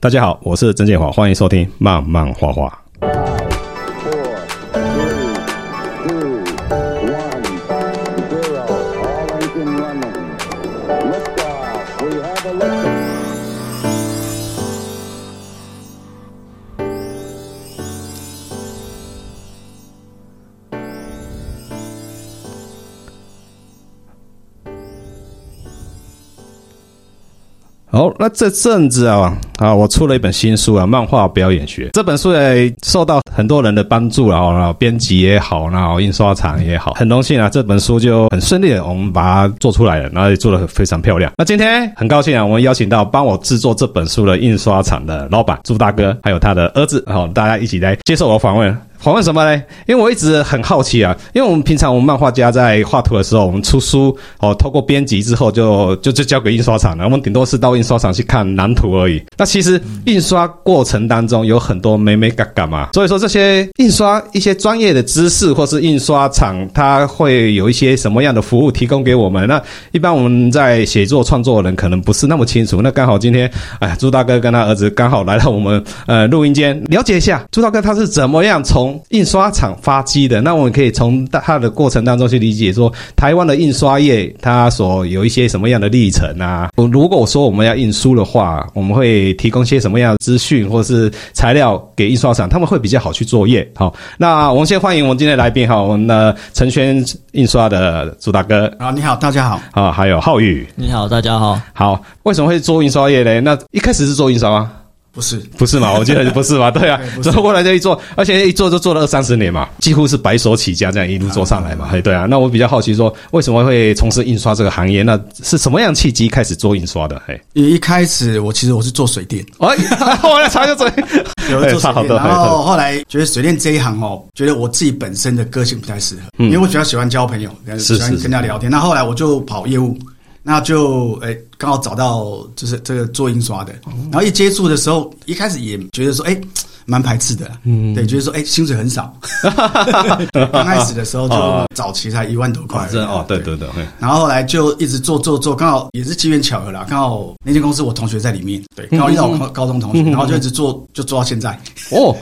大家好，我是曾建华，欢迎收听《慢慢画画》。 four, three, two, one, zero. All engine running. Liftoff. We have a liftoff. 好，那这阵子啊啊，我出了一本新书啊，《漫画表演学》。这本书也受到很多人的帮助啊，然后编辑也好，然后印刷厂也好，很荣幸啊，这本书就很顺利的我们把它做出来了，然后也做的非常漂亮。那今天很高兴啊，我们邀请到帮我制作这本书的印刷厂的老板朱大哥，还有他的儿子，好、大家一起来接受我的访问。访问什么呢？因为我一直很好奇啊，因为我们平常我们漫画家在画图的时候，我们出书哦，透过编辑之后就就就交给印刷厂了，我们顶多是到印刷厂去看蓝图而已。那其实印刷过程当中有很多美美嘎嘎嘛，所以说这些印刷一些专业的知识或是印刷厂，它会有一些什么样的服务提供给我们？那一般我们在写作创作的人可能不是那么清楚。那刚好今天，哎，朱大哥跟他儿子刚好来到我们呃录音间，了解一下朱大哥他是怎么样从印刷厂发迹的。那我们可以从他的过程当中去理解说，台湾的印刷业它所有一些什么样的历程啊？如果说我们要印书的话，我们会提供些什么样的资讯或是材料给印刷厂，他们会比较好去作业。好，那我们先欢迎我们今天的来宾哈，我们的陈轩印刷的朱大哥啊，你好，大家好。啊，还有浩宇。你好，大家好。好，为什么会做印刷业嘞？那一开始是做印刷吗？不是，不是嘛？我记得不是嘛？对啊 对，不是然后过来就一做，而且一做就做了二三十年嘛，几乎是白手起家这样一路做上来嗯嘛。嘿，对啊。那我比较好奇说，为什么会从事印刷这个行业？那是什么样契机开始做印刷的？嘿，一一开始我其实我是做水电，哎， 我来查一下这，有哎做差水好电，多，然嘿后后来觉得水电这一行哦，觉得我自己本身的个性不太适合，因为我比较喜欢交朋友，是喜欢跟人家聊天。那后来我就跑业务，那就哎刚好找到就是这个做印刷的，然后一接触的时候，一开始也觉得说哎。蛮排斥的，嗯，对，觉得说，哎、薪水很少。 刚开始的时候 就哦早期才一万多块哦而已，啊真的哦，对对对，嘿然后后来就一直做做做，刚好也是机缘巧合啦，刚好那间公司我同学在里面，对，刚好遇到我高高中同学，然后就一直做，就做到现在，哦，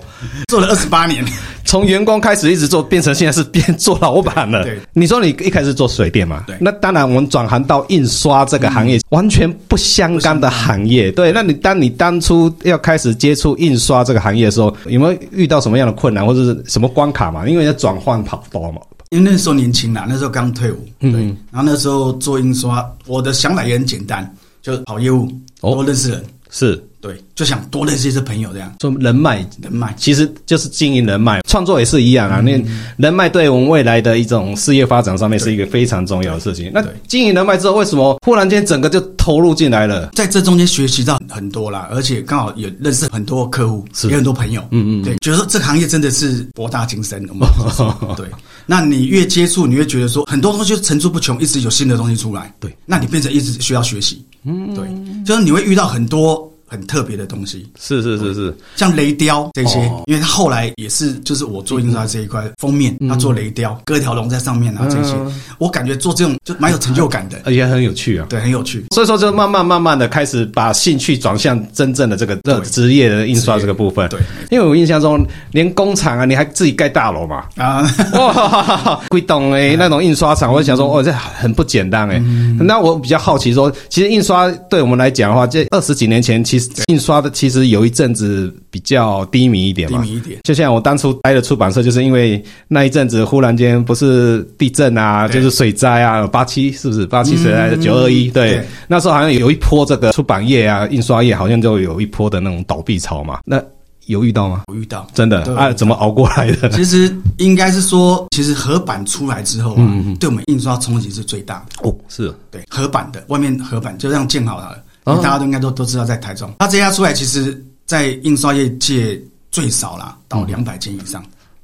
做了二十八年。从员工开始一直做，变成现在是 变做老板了对对。你说你一开始做水电嘛？对嗯那当然，我们转行到印刷这个行业，完全不相干的行业。对，那你当你当初要开始接触印刷这个行业的时候，有没有遇到什么样的困难或者是什么关卡嘛？因为要转换跑道嘛。因为那时候年轻啦，那时候刚退伍，对，然后那时候做印刷，我的想法也很简单，就跑业务，哦多认识人，是，对，就想多认识一些朋友这样做人脉人脉。嗯其实就是经营人脉，创作也是一样啊。那人脉对我们未来的一种事业发展上面是一个非常重要的事情。那对经营人脉之后，为什么忽然间整个就投入进来了？在这中间学习到很多啦，而且刚好也认识很多客户，是也很多朋友，嗯嗯，对，觉得说这个行业真的是博大精深，我 们说对。那你越接触，你越觉得说很多东西就层出不穷，一直有新的东西出来，对，那你变成一直需要学习，嗯，对，就是你会遇到很多很特别的东西，是是是是，像雷雕这些，因为他后来也是就是我做印刷这一块封面，他做雷雕，割一条龙在上面啊这些，我感觉做这种就蛮有成就感的，而且很有趣啊。对，很有趣。所以说，就慢慢慢慢的开始把兴趣转向真正的这个这职业的印刷这个部分。对对，因为我印象中，连工厂啊，你还自己盖大楼 嘛， 啊，哇，贵懂哎，那种印刷厂，我就想说，哦，这很不简单哎。那我比较好奇说，其实印刷对我们来讲的话，这二十几年前，其实印刷的其实有一阵子比较低迷一点低嘛。迷一点，就像我当初待的出版社，就是因为那一阵子忽然间不是地震啊，就对嗯是水灾啊，八七是不是？八七水灾九二一，对对，那时候好像有一波这个出版业啊、印刷业，好像就有一波的那种倒闭潮嘛。那有遇到吗？我遇到。真的对啊？怎么熬过来的？其实应该是说，其实合版出来之后啊，嗯对我们印刷冲击是最大的。哦，是对，合版的外面合版就这样建好它了，哦因为大家都应该都都知道，在台中，它这家出来，其实在印刷业界最少啦，到嗯两百件以上，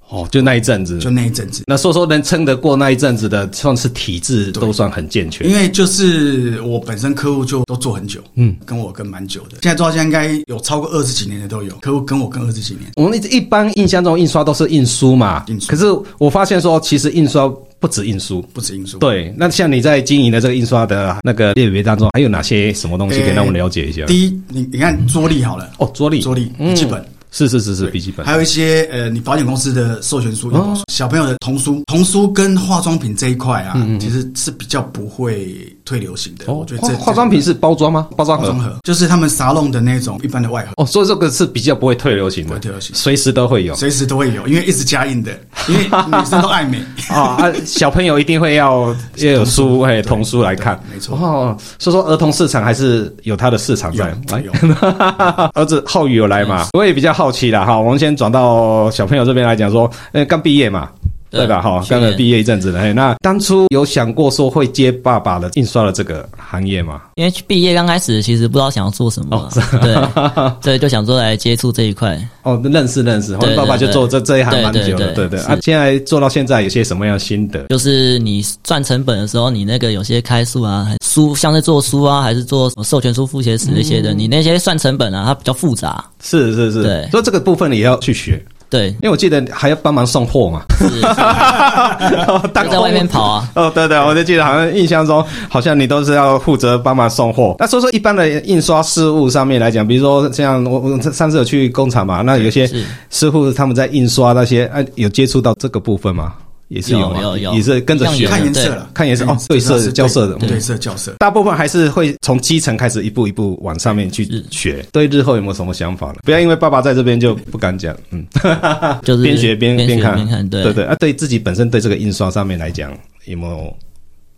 哦，就那一阵子就。那一阵子。那说说能撑得过那一阵子的，算是体制都算很健全因。为就是我本身客户就都做很久，嗯，跟我跟蛮久的，现在做到现在应该有超过二十几年的都有，客户跟我跟二十几年，我们一直一般印象中印刷都是印书嘛印，书可是我发现说，其实印刷不止印书。不止印书。对，那像你在经营的这个印刷的那个类别当中，还有哪些什么东西可以让我们了解一下？呃第一，你你看桌历好了，哦，桌历，桌历笔记本是是是是笔记本，还有一些呃，你保险公司的授权书、用哦保书小朋友的童书、童书跟化妆品这一块啊，其实是比较不会退流行的。嗯我哦觉，得化这化妆品是包装吗？包装化盒妆。盒就是他们沙龙的那种一般的外盒，哦，所以这个是比较不会退流行的，不会退流行随时都会有随时都会有，因为一直加印的，因为女生都爱 美。啊啊！小朋友一定会要也有书，哎，对童书来看，对没错哦，所以说儿童市场还是有它的市场在。有哎有 儿子浩宇有来嘛？我也比较好奇啦，哈。我们先转到小朋友这边来讲说，呃，刚毕业嘛。对对吧？哈，去刚年刚毕业一阵子了。嘿，那当初有想过说会接爸爸的印刷的这个行业吗？因为毕业刚开始，其实不知道想要做什么，啊对，所以就想说来接触这一块。哦，认识认识，后来对爸爸就做这这一行对蛮对久的，对对对。是啊，现在做到现在有些什么样的心得？就是你算成本的时候，你那个有些开数啊，还书像是做书啊，还是做什么授权书、复写史那些嗯的，你那些算成本啊，它比较复杂。是是是，对所以这个部分也要去学，对，因为我记得还要帮忙送货嘛，是是 当就在外面跑啊。哦，对对，我就记得好像印象中，好像你都是要负责帮忙送货。那说说一般的印刷事务上面来讲，比如说像我我上次有去工厂嘛，那有些是师傅他们在印刷那些，啊，有接触到这个部分吗？也是有吗有有也是跟着一样学有的。看颜色对了，看颜色哦对色这是校色的对嗯对色校色。大部分还是会从基层开始，一步一步往上面去学。对日后有没有什么想法呢？不要因为爸爸在这边就不敢讲，嗯，就是边学边边学看，边看对对对啊，对自己本身对这个印刷上面来讲，有没有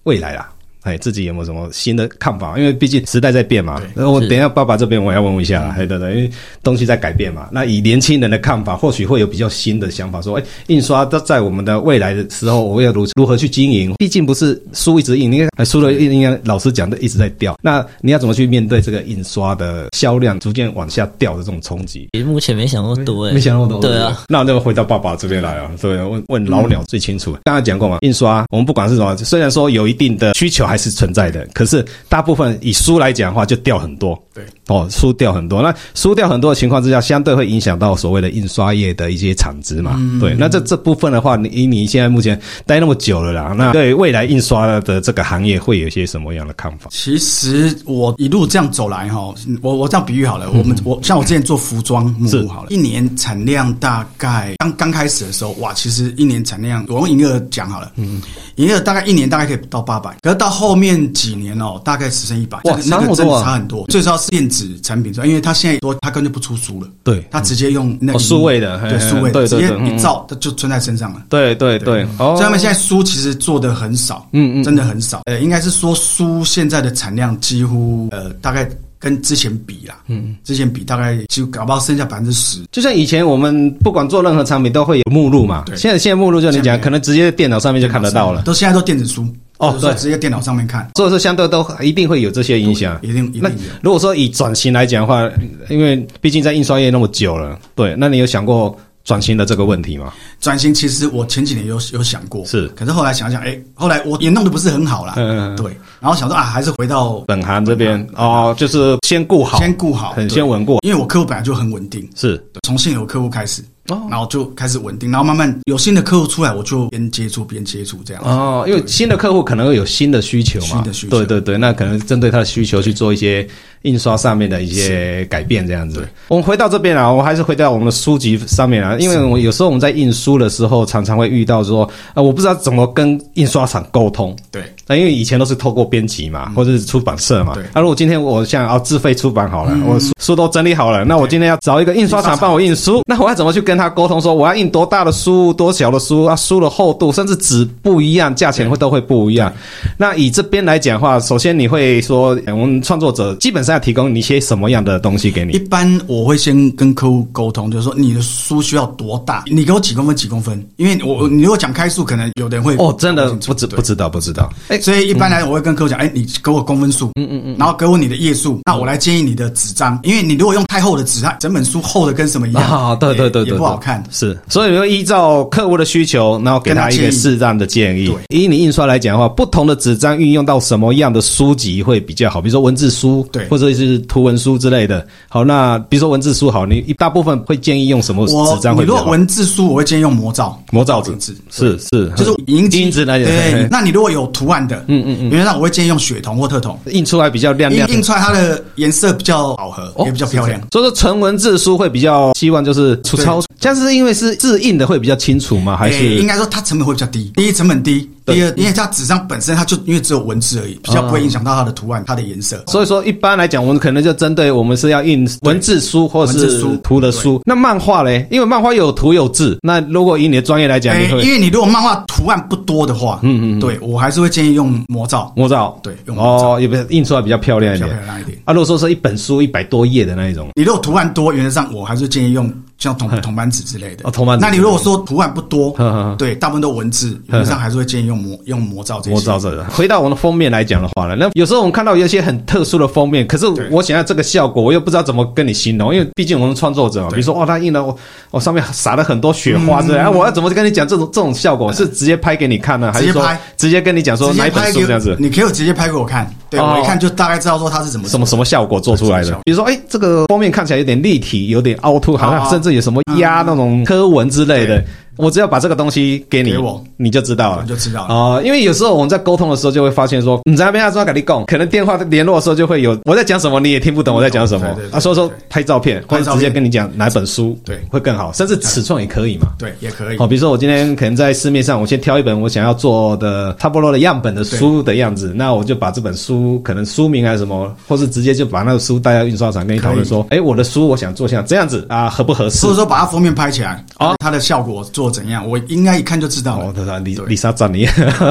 未来啦？哎，自己有没有什么新的看法？因为毕竟时代在变嘛。那我是嗯等一下爸爸这边我要问一下啦，哎，对对，因为东西在改变嘛。那以年轻人的看法，或许会有比较新的想法，说，哎，印刷在在我们的未来的时候，我要如如何去经营？毕竟不是书一直印，因为书的印，应该老师讲的一直在掉。那你要怎么去面对这个印刷的销量逐渐往下掉的这种冲击？其实目前没想那么多、欸，没想那么多。对啊，，那就回到爸爸这边来啊，对，问问老鸟最清楚。刚才讲过嘛，印刷我们不管是什么，虽然说有一定的需求还是存在的，可是大部分以书来讲的话，就掉很多。对，哦，输掉很多。那输掉很多的情况之下，相对会影响到所谓的印刷业的一些产值嘛。对，那这这部分的话，你以你现在目前待那么久了啦，那对未来印刷的这个行业会有一些什么样的看法？其实我一路这样走来哈，我我这样比喻好了，我们我像我之前做服装嗯目是录好了，一年产量大概刚刚开始的时候，哇，其实一年产量我用营业额讲好了，嗯，营业额大概一年大概可以到八百，可是到后面几年哦，大概只剩一百，哇那差那个么真多的啊差很多。最主要是电子产品，因为它现在多，它根本就不出书了，对它直接用那哦个数位的嘿对嘿数位对的，直对接对嗯一照它就穿在身上了。对对对，哦所以他们现在书其实做的很少，嗯嗯嗯嗯，真的很少。呃，应该是说书现在的产量几乎呃大概跟之前比啦，嗯，之前比大概就搞不好剩下百分之十。就像以前我们不管做任何产品都会有目录嘛，对嗯现在现在目录就你现在讲，没有可能直接电脑上面就看得到了，都现在都电子书哦就是说对直接电脑上面看，所以说相对都一定会有这些影响。哦一定一定那有。如果说以转型来讲的话，因为毕竟在印刷业那么久了，对，那你有想过转型的这个问题吗？转型其实我前几年有有想过，是可是后来想想，哎，后来我也弄得不是很好啦，嗯嗯嗯对，然后想说啊，还是回到本行这边哦，就是先顾好，先顾好，很对先稳固，因为我客户本来就很稳定，是从现有客户开始，哦然后就开始稳定，然后慢慢有新的客户出来，我就边接触边接触这样。哦，因为新的客户可能会有新的需求嘛，新的需求对对对，那可能针对他的需求去做一些印刷上面的一些改变，这样子。我们回到这边啊，我们还是回到我们的书籍上面啊，因为我有时候我们在印书的时候，常常会遇到说，啊，我不知道怎么跟印刷厂沟通。对，那因为以前都是透过编辑嘛，或者是出版社嘛嗯对。嗯那、如果今天我想要自费出版好了，我书书都整理好了，那我今天要找一个印刷厂帮我印书，那我要怎么去跟他沟通说我要印多大的书、多小的书啊？书的厚度甚至纸不一样，价钱会都会不一样。那以这边来讲的话，首先你会说，呃我们创作者基本上要提供你一些什么样的东西给一你？般我会先跟客户沟通，就是说你的书需要多大，你给我几公分几公分，因为我嗯你如果讲开数，可能有的人会哦，真的搞清楚不知对不知道不知道，哎、所以一般来我会跟客户讲，哎、你给我公分数，嗯嗯嗯，然后给我你的页数，那我来建议你的纸张，因为你如果用太厚的纸，它整本书厚的跟什么一样啊，对对对对也对也不好看。是，所以你要依照客户的需求，然后给他一个适当的建议跟他。以你印刷来讲的话，不同的纸张运用到什么样的书籍会比较好？比如说文字书，对或者者是图文书之类的。好，那比如说文字书好，你一大部分会建议用什么我纸张你会比如较果好？文字书，我会建议用魔罩，魔造纸纸是是，就是银金子那些对 嘿，那你如果有图案的，嗯嗯嗯，原则上我会建议用血铜或特铜，印出来比较亮印亮的印出来它的颜色比较饱和，哦也比较漂亮。所以说纯文字书会比较希望就是粗糙，但是因为是字印的会比较清楚吗？还诶是哎应该说它成本会比较低，第一成本低，对第二因为它纸张本身它就因为只有文字而已，比较不会影响到它的图案、它的颜色。哦所以说，一般来讲，我们可能就针对我们是要印文字书或文是字书图的书。那漫画嘞，因为漫画有图有字。那如果以你的专业来讲，诶你会哎因为你如果漫画图案不多的话，嗯嗯，对我还是会建议用魔罩，摸照对用魔罩哦，也不是印出来比较漂亮一比较点漂。亮一点。啊，如果说是一本书一百多页的那一种，你如果图案多，原则上我还是建议用像 铜铜板纸之类的。哦铜板纸那你如果说图案不多 呵呵呵，对，大部分都 文字，原则上还是会建议用魔用魔罩这些。我知道这个。回到我们的封面来讲的话呢，那有时候我们看到有一些很特殊的封面，可是对我想要这个效果，我又不知道怎么跟你形容，因为毕竟我们创作者嘛，比如说哦，他印了我我上面撒了很多雪花之类的，嗯啊我要怎么跟你讲这种这种效果？是直接拍给你看呢，还是直接说拍直接跟你讲说直哪一接本拍书给这样子？你可以直接拍给我看，对哦我一看就大概知道说它是怎么什么什么。么效果做出来的什么效果？比如说，哎、这个封面看起来有点立体，有点凹凸，好哦像哦甚至有什么压那种科文之类的对。我只要把这个东西给你，给我你就知道了，我就知道了哦、因为有时候我们在沟通的时候就会发现说，嗯你在那边要说跟你讲，可能电话联络的时候就会有我在讲什么，你也听不懂我在讲什么。对对对啊，所以说对拍照片或拍者照直接片跟你讲哪本书，对会更好，甚至尺寸也可以嘛。对，也可以好，。比如说我今天可能在市面上，我先挑一本我想要做的差不多的样本的书的样嗯子，那我就把这本书可能书名啊什么，或是直接就把那个书带到印刷厂跟你讨论说，哎，我的书我想做像这样子啊，合不合适所以？说把它封面拍起来，哦它的效果做怎样，我应该一看就知道哦，了。对啊，李对李莎赞你。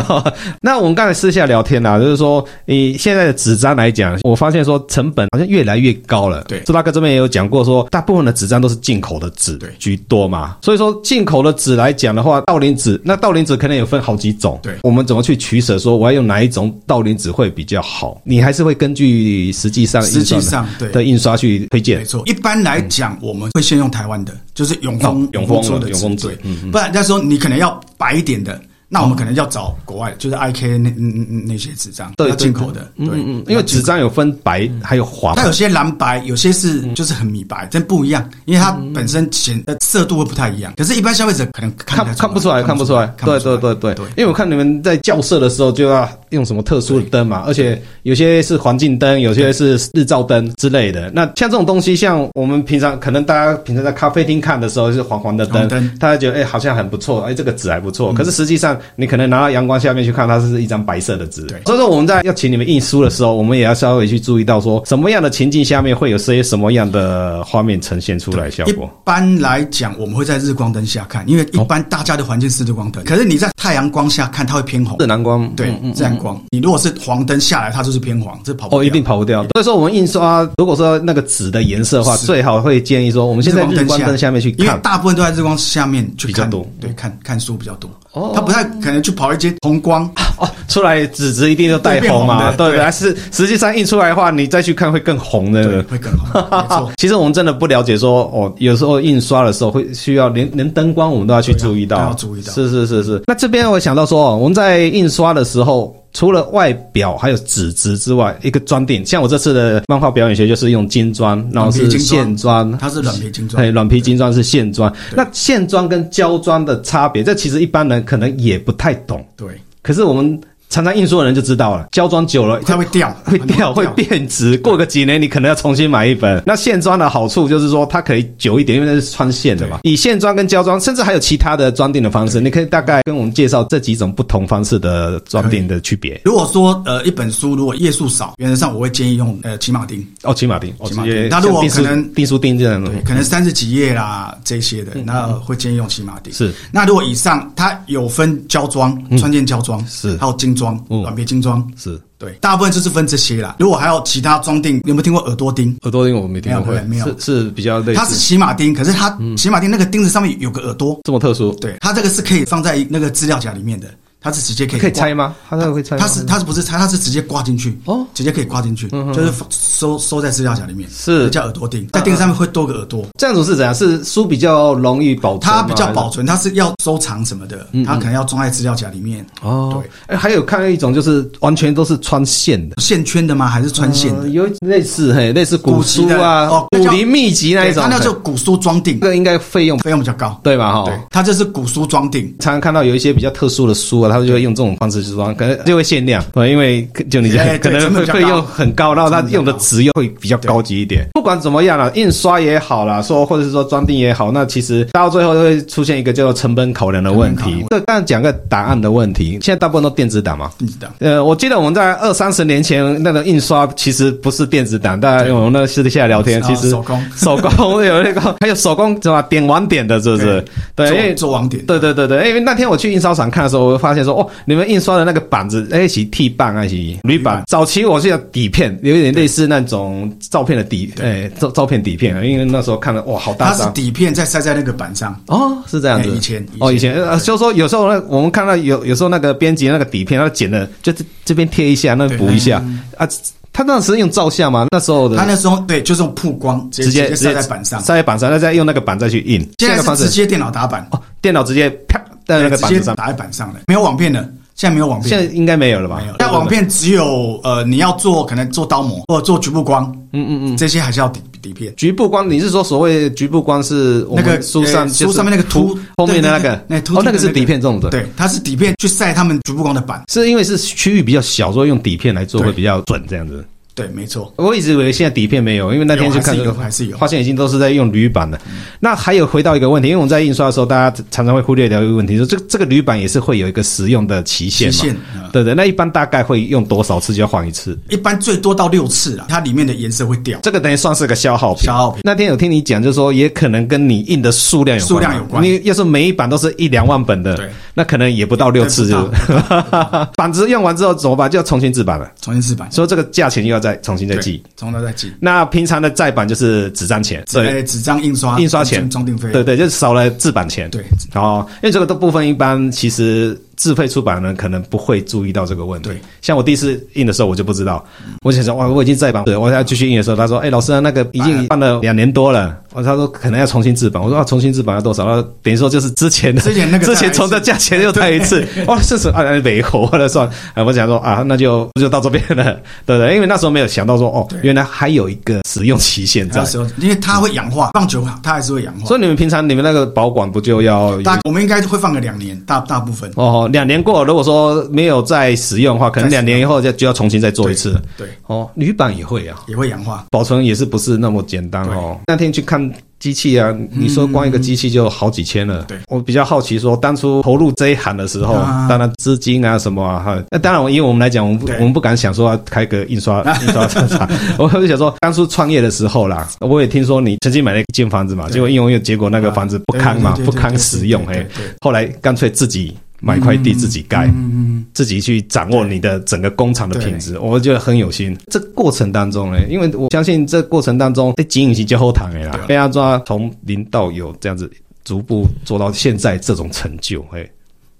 那我们刚才私下聊天啦、就是说，以现在的纸张来讲，我发现说成本好像越来越高了。对朱大哥这边也有讲过说，大部分的纸张都是进口的纸对居多嘛，所以说进口的纸来讲的话，道林纸，那道林纸可能有分好几种。对我们怎么去取舍？说我要用哪一种道林纸会比较好？你还是会根据实际上实际印刷上的对的印刷去推荐没。错，一般来讲，我们会先用台湾的，就是永哦丰永丰做的永丰纸嗯对，不然人家说你可能要白一点的，那我们可能要找国外，就是 IK 那嗯嗯嗯那些纸张，对要进对口的，对嗯嗯，嗯嗯，因为纸张有分白还有黄嘛它。有些蓝白，有些是嗯就是很米白，但不一样，因为它本身显呃色度会不太一样。可是，一般消费者可能看看太看不出来，看不出来。看对不出对来对对对，因为我看你们在校色的时候就要用什么特殊的灯嘛，而且有些是环境灯，有些是日照灯之类的。那像这种东西，像我们平常可能大家平常在咖啡厅看的时候是黄黄的灯黄灯，嗯大家觉得哎、好像很不错，哎、这个纸还不错。可是实际上你可能拿到阳光下面去看，它是一张白色的纸对。所以说我们在要请你们印书的时候，我们也要稍微去注意到说什么样的情境下面会有些什么样的画面呈现出来效一果。般来讲，我们会在日光灯下看，因为一哦般大家的环境是日光灯，可是你在太阳光下看，它会偏红自。然光对嗯嗯，自然光。你如果是黄灯下来，它就是偏黄，这跑不掉哦，一定跑不掉。所以说，我们印刷如果说那个纸的颜色的话，是最好会建议说，我们现在日光灯下面去因为看。大部分都在日光下面去比较看多对，看看书比较多。哦他不太可能去跑一些红光，哦，出来纸质一定都带红嘛，对变红的对对还是实际上印出来的话，你再去看会更红对，的。会更好。没 错。其实我们真的不了解说，哦，有时候印刷的时候会需要连连灯光我们都要去注意到，对啊都要注意到是是是是。那这边我想到说，哦我们在印刷的时候，除了外表还有纸质之外，一个装订，像我这次的漫画表演学就是用啊金砖，然后软是皮金砖线砖，它是软皮金对，砖，软皮金砖是线砖。那线砖跟胶砖的差别，这其实一般人可能也不太懂。对，可是我们常常印书的人就知道了，胶砖久了它会掉， 会掉，会变质，过个几年你可能要重新买一本。那线砖的好处就是说它可以久一点，因为那是穿线的嘛。以线砖跟胶砖，甚至还有其他的装订的方式，你可以大概跟我们介绍这几种不同方式的装订的区别。如果说呃一本书如果页数少，原则上我会建议用呃骑马钉，哦，骑马钉，哦骑马直接钉那如果像订书可能订书钉这样的，对，可能三十几页啦这些的，那会建议用骑马嗯钉。是，嗯那如果以上它有分胶装、穿件胶装，是还有精嗯装、软皮精装，是对，大部分就是分这些啦。如果还有其他装订，你有没有听过耳朵钉？耳朵钉我没听过没有没有是是嗯比较类它是骑马钉，可是它骑马钉那个钉子上面有个耳朵，这么特殊，对，它这个是可以放在那个资料夹里面的。它是直接可以可以挂拆吗？他那个会拆吗？啊它是它是不是拆？它是直接挂进去哦嗯直接可以挂进去，就是收收在支架夹里面，是嗯这叫耳朵钉，在钉上面会多个耳朵。这样子是怎样？是书比较容易保存吗，它比较保还是存，它是要收藏什么的，它可能要装在资料夹里面。嗯哦对，。哎，还有看到一种就是完全都是穿线的，线圈的吗？还是穿线呃的？有类似嘿，类似古书籍的啊哦，那古叫林秘籍那一种，对它那嘿就古书装订这，个应该费用费用比较高。对吧？哈，对，它这是古书装订，常常看到有一些比较特殊的书啊，他们就会用这种方式去装，可能就会限量，呃，因为就你讲 哎，可对能成本会比较费高用很高，然后他成本比较用的高值又会比较高级一点。不管怎么样了，啊印刷也好啦，说或者是说装订也好，那其实到最后都会出现一个叫做成本考量的问成本考题量。这刚才讲个档案的问题，现在大部分都电子档嘛。你知道？呃，我记得我们在二三十年前那个印刷其实不是电子档，大家因为我们那私底下聊天，啊其实手工手工有那个还有手工怎么点网点的，是不是？对，因为做做网点，对对对对，因为那天我去印刷厂看的时候，我会发现说，哦，你们印刷的那个板子，哎，其实 T 棒啊，其实铝板板。早期我记得底片有一点类似那种照片的底，哎，照照片底片，因为那时候看了哇，好大嗯它是张。底片再塞在那个板上，哦，是这样子。哎以前哦，以以前前呃，就说有时候那我们看到有有时候那个编辑那个底片，他剪了就这这边贴一下，那边补一下啊。他那时候用照相嘛，那时候的它嗯那时候对就是用曝光直直接接直接塞在板上，塞在板上，那再用那个板再去印。现在的方是直式接电脑打板，哦，电脑直接啪在那个直板接子上。打在板上的，没有网片了，现在没有网嗯现片在了。应该没有了吧？没有，但网片只有呃，你要做可能做刀模或者做局部光，嗯嗯嗯，这些还是要底底片。局部光，你是说所谓局部光是我那们个书上呃就是书上面那个凸后面的那对个那凸哦，那个是底片这种的，，对，它是底片去晒他们局部光的板，是因为是区域比较小，所以用底片来做对会比较准这样子。对，没错，我一直以为现在底片没有，因为那天有去看还是有还是有发现已经都是在用铝板了。那还有回到一个问题，因为我们在印刷的时候，大家常常会忽略掉一个问题，说这这个铝板也是会有一个使用的期限极嘛？限。嗯对对，那一般大概会用多少次就要换一次？一般最多到六次啦，它里面的颜色会掉，这个等于算是个消耗品。消耗品那天有听你讲，就是说也可能跟你印的数量有关嘛数量有关你要是每一版都是一两万本的，对那可能也不到六次对就不到不。 板子用完之后怎么办？就要重新制版了，重新制版，所以这个价钱又要再重新再对记。，从头再记，那平常的再版就是纸张钱，对。呃，纸张印刷印刷钱、装订费，对对，就少了制版钱。对，哦，因为这个的部分一般其实自费出版人可能不会注意到这个问题。对，像我第一次印的时候我就不知道，我想说哇，我已经再版，对，我要继续印的时候，他说，哎，老师啊，那个已经办了两年多了，我他说可能要重新制版，我说啊，重新制版要多少？他说等于说就是 之前的之前那个之前再来一次从这价钱又再一次， 哇，这是啊没活了算，啊，我想说啊，那就就到这边了，对对，因为那时候没有想到说哦，原来还有一个使用期限还在有。时候因为它会氧化，放久了它还是会氧化，所以你们平常你们那个保管不就要大我们应该会放个两年，大大部分哦，两年过，如果说没有再使用的话，可能两年以后就就要重新再做一次。对，哦，铝板也会啊，也会氧化，保存也是不是那么简单哦。那天去看机器啊，你说光一个机器就好几千了。嗯对我比较好奇说，当初投入这一行的时候，啊当然资金啊什么啊，哈那当然我因为我们来讲，我们不对我们不敢想说要开个印刷印刷 厂，我就想说，当初创业的时候啦，我也听说你曾经买了一间房子嘛，结果因为结果那个房子不堪嘛，啊对对不对堪对使用，嘿对对对对，后来干脆自己。买块地自己盖，嗯，自己去掌握你的整个工厂的品质，我觉得很有心。这过程当中呢，因为我相信这过程当中，哎，经营型就后堂哎啦对，啊被他抓从零到有这样子，逐步做到现在这种成就，哎，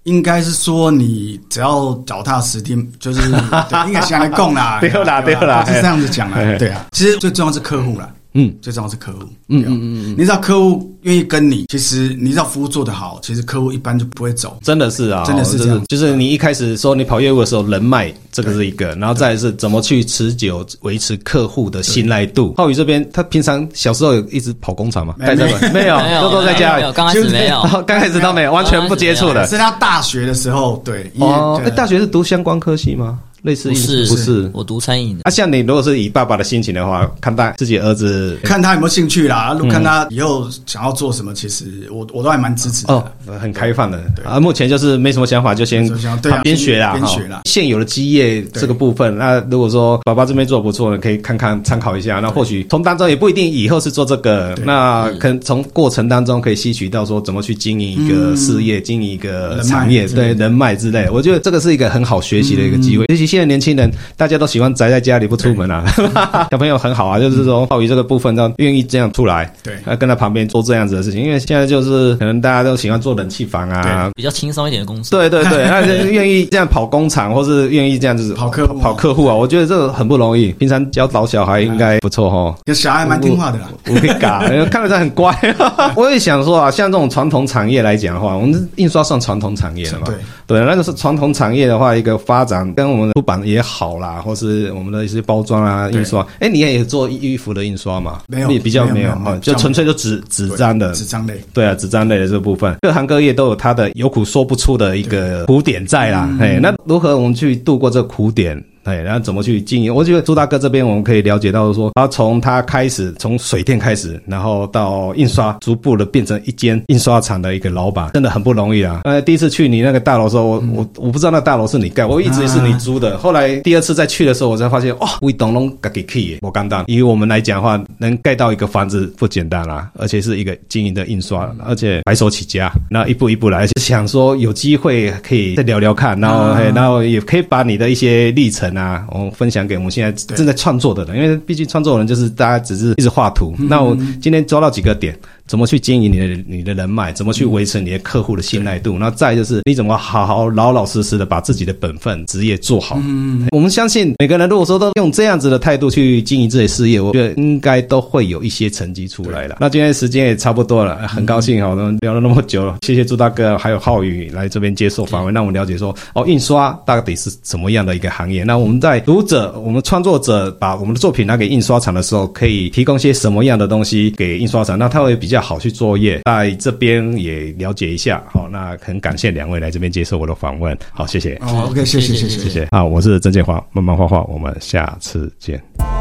应该是说你只要脚踏实地，就是 对应该想来供啦，对啦对啦我是这样子讲哎啦，对啊，其实最重要是客户啦。嗯，最重要是客户，嗯嗯嗯，你知道客户愿意跟你，其实你知道服务做得好，其实客户一般就不会走，真的是啊，真的是就这是样就是你一开始说你跑业务的时候，人脉这个是一个，然后再来是怎么去持久维持客户的信赖度。浩宇这边他平常小时候有一直跑工厂吗？没在那边没有没，有都都在家没里有，刚开始没有 然，后刚开始都没有，完全不接触的。是他大学的时候，对，因为哦，对啊哎，大学是读相关科系吗？类似不意是思不是。我读餐饮的，啊，像你如果是以爸爸的心情的话，看待自己儿子看他有没有兴趣啦，啊嗯看他以后想要做什么，其实我我都还蛮支持的哦啦。，很开放的啊，目前就是没什么想法，就先没什么想法对啊边学啦，边哈学啦现有的基业这个部分，那如果说爸爸这边做得不错，可以看看参考一下。那或许从当中也不一定以后是做这个，对嗯那可能从过程当中可以吸取到说怎么去经营一个事业、经营一个产业，嗯人脉之对类嗯人脉之类。我觉得这个是一个很好学习的一个机会，尤其现在年轻人大家都喜欢宅在家里不出门啊， 小朋友很好啊，就是说鲍鱼这个部分，他愿意这样出来，嗯对那跟他旁边做这样子的事情，因为现在就是可能大家都喜欢做冷气房啊。比较轻松一点的工作。对对 对，那就是愿意这样跑工厂，或是愿意这样子跑客户跑客户啊，我觉得这个很不容易。平常教导小孩应该不错哈。有小孩蛮听话的啦，我会嘎， 看得他很乖。 我也想说啊，像这种传统产业来讲的话，我们印刷算传统产业了嘛？对对，那就是传统产业的话，一个发展跟我们的出版也好啦，或是我们的一些包装啊、对印刷。哎，你也做衣服的印刷嘛？没有你比较没有有没有哦就纯粹就纸纸张的对。纸张类。对啊，纸张类的这部分，各行各业都有它的有苦说不出的一个苦点在啦。哎，那如何我们去度过这苦点？哎，然后怎么去经营？我觉得朱大哥这边我们可以了解到说，他从他开始从水电开始，然后到印刷，逐步的变成一间印刷厂的一个老板，真的很不容易啊。呃，第一次去你那个大楼的时候，我、我我不知道那大楼是你盖，我一直是你租的。后来第二次再去的时候，我才发现哦，we 懂拢给去，我刚当。以我们来讲的话，能盖到一个房子不简单啦、而且是一个经营的印刷，而且白手起家，那一步一步来，就想说有机会可以再聊聊看，然后、嘿然后也可以把你的一些历程啊，我、分享给我们现在正在创作的人，因为毕竟创作人就是大家只是一直画图。那我今天抓到几个点。怎么去经营你的你的人脉，怎么去维持你的客户的信赖度，那再就是你怎么好好老老实实的把自己的本分职业做好。嗯，我们相信每个人如果说都用这样子的态度去经营自己的事业，我觉得应该都会有一些成绩出来了。那今天时间也差不多了，很高兴哈，我们聊了那么久了，谢谢朱大哥还有浩宇来这边接受访问，让我们了解说哦，印刷到底是怎么样的一个行业。那我们在读者、我们创作者把我们的作品拿给印刷厂的时候，可以提供些什么样的东西给印刷厂，那他会比较好去作业。在这边也了解一下，好，那很感谢两位来这边接受我的访问，好，谢谢。哦，OK，谢谢谢谢谢谢谢谢啊！好我是郑建华，慢慢画画，我们下次见。谢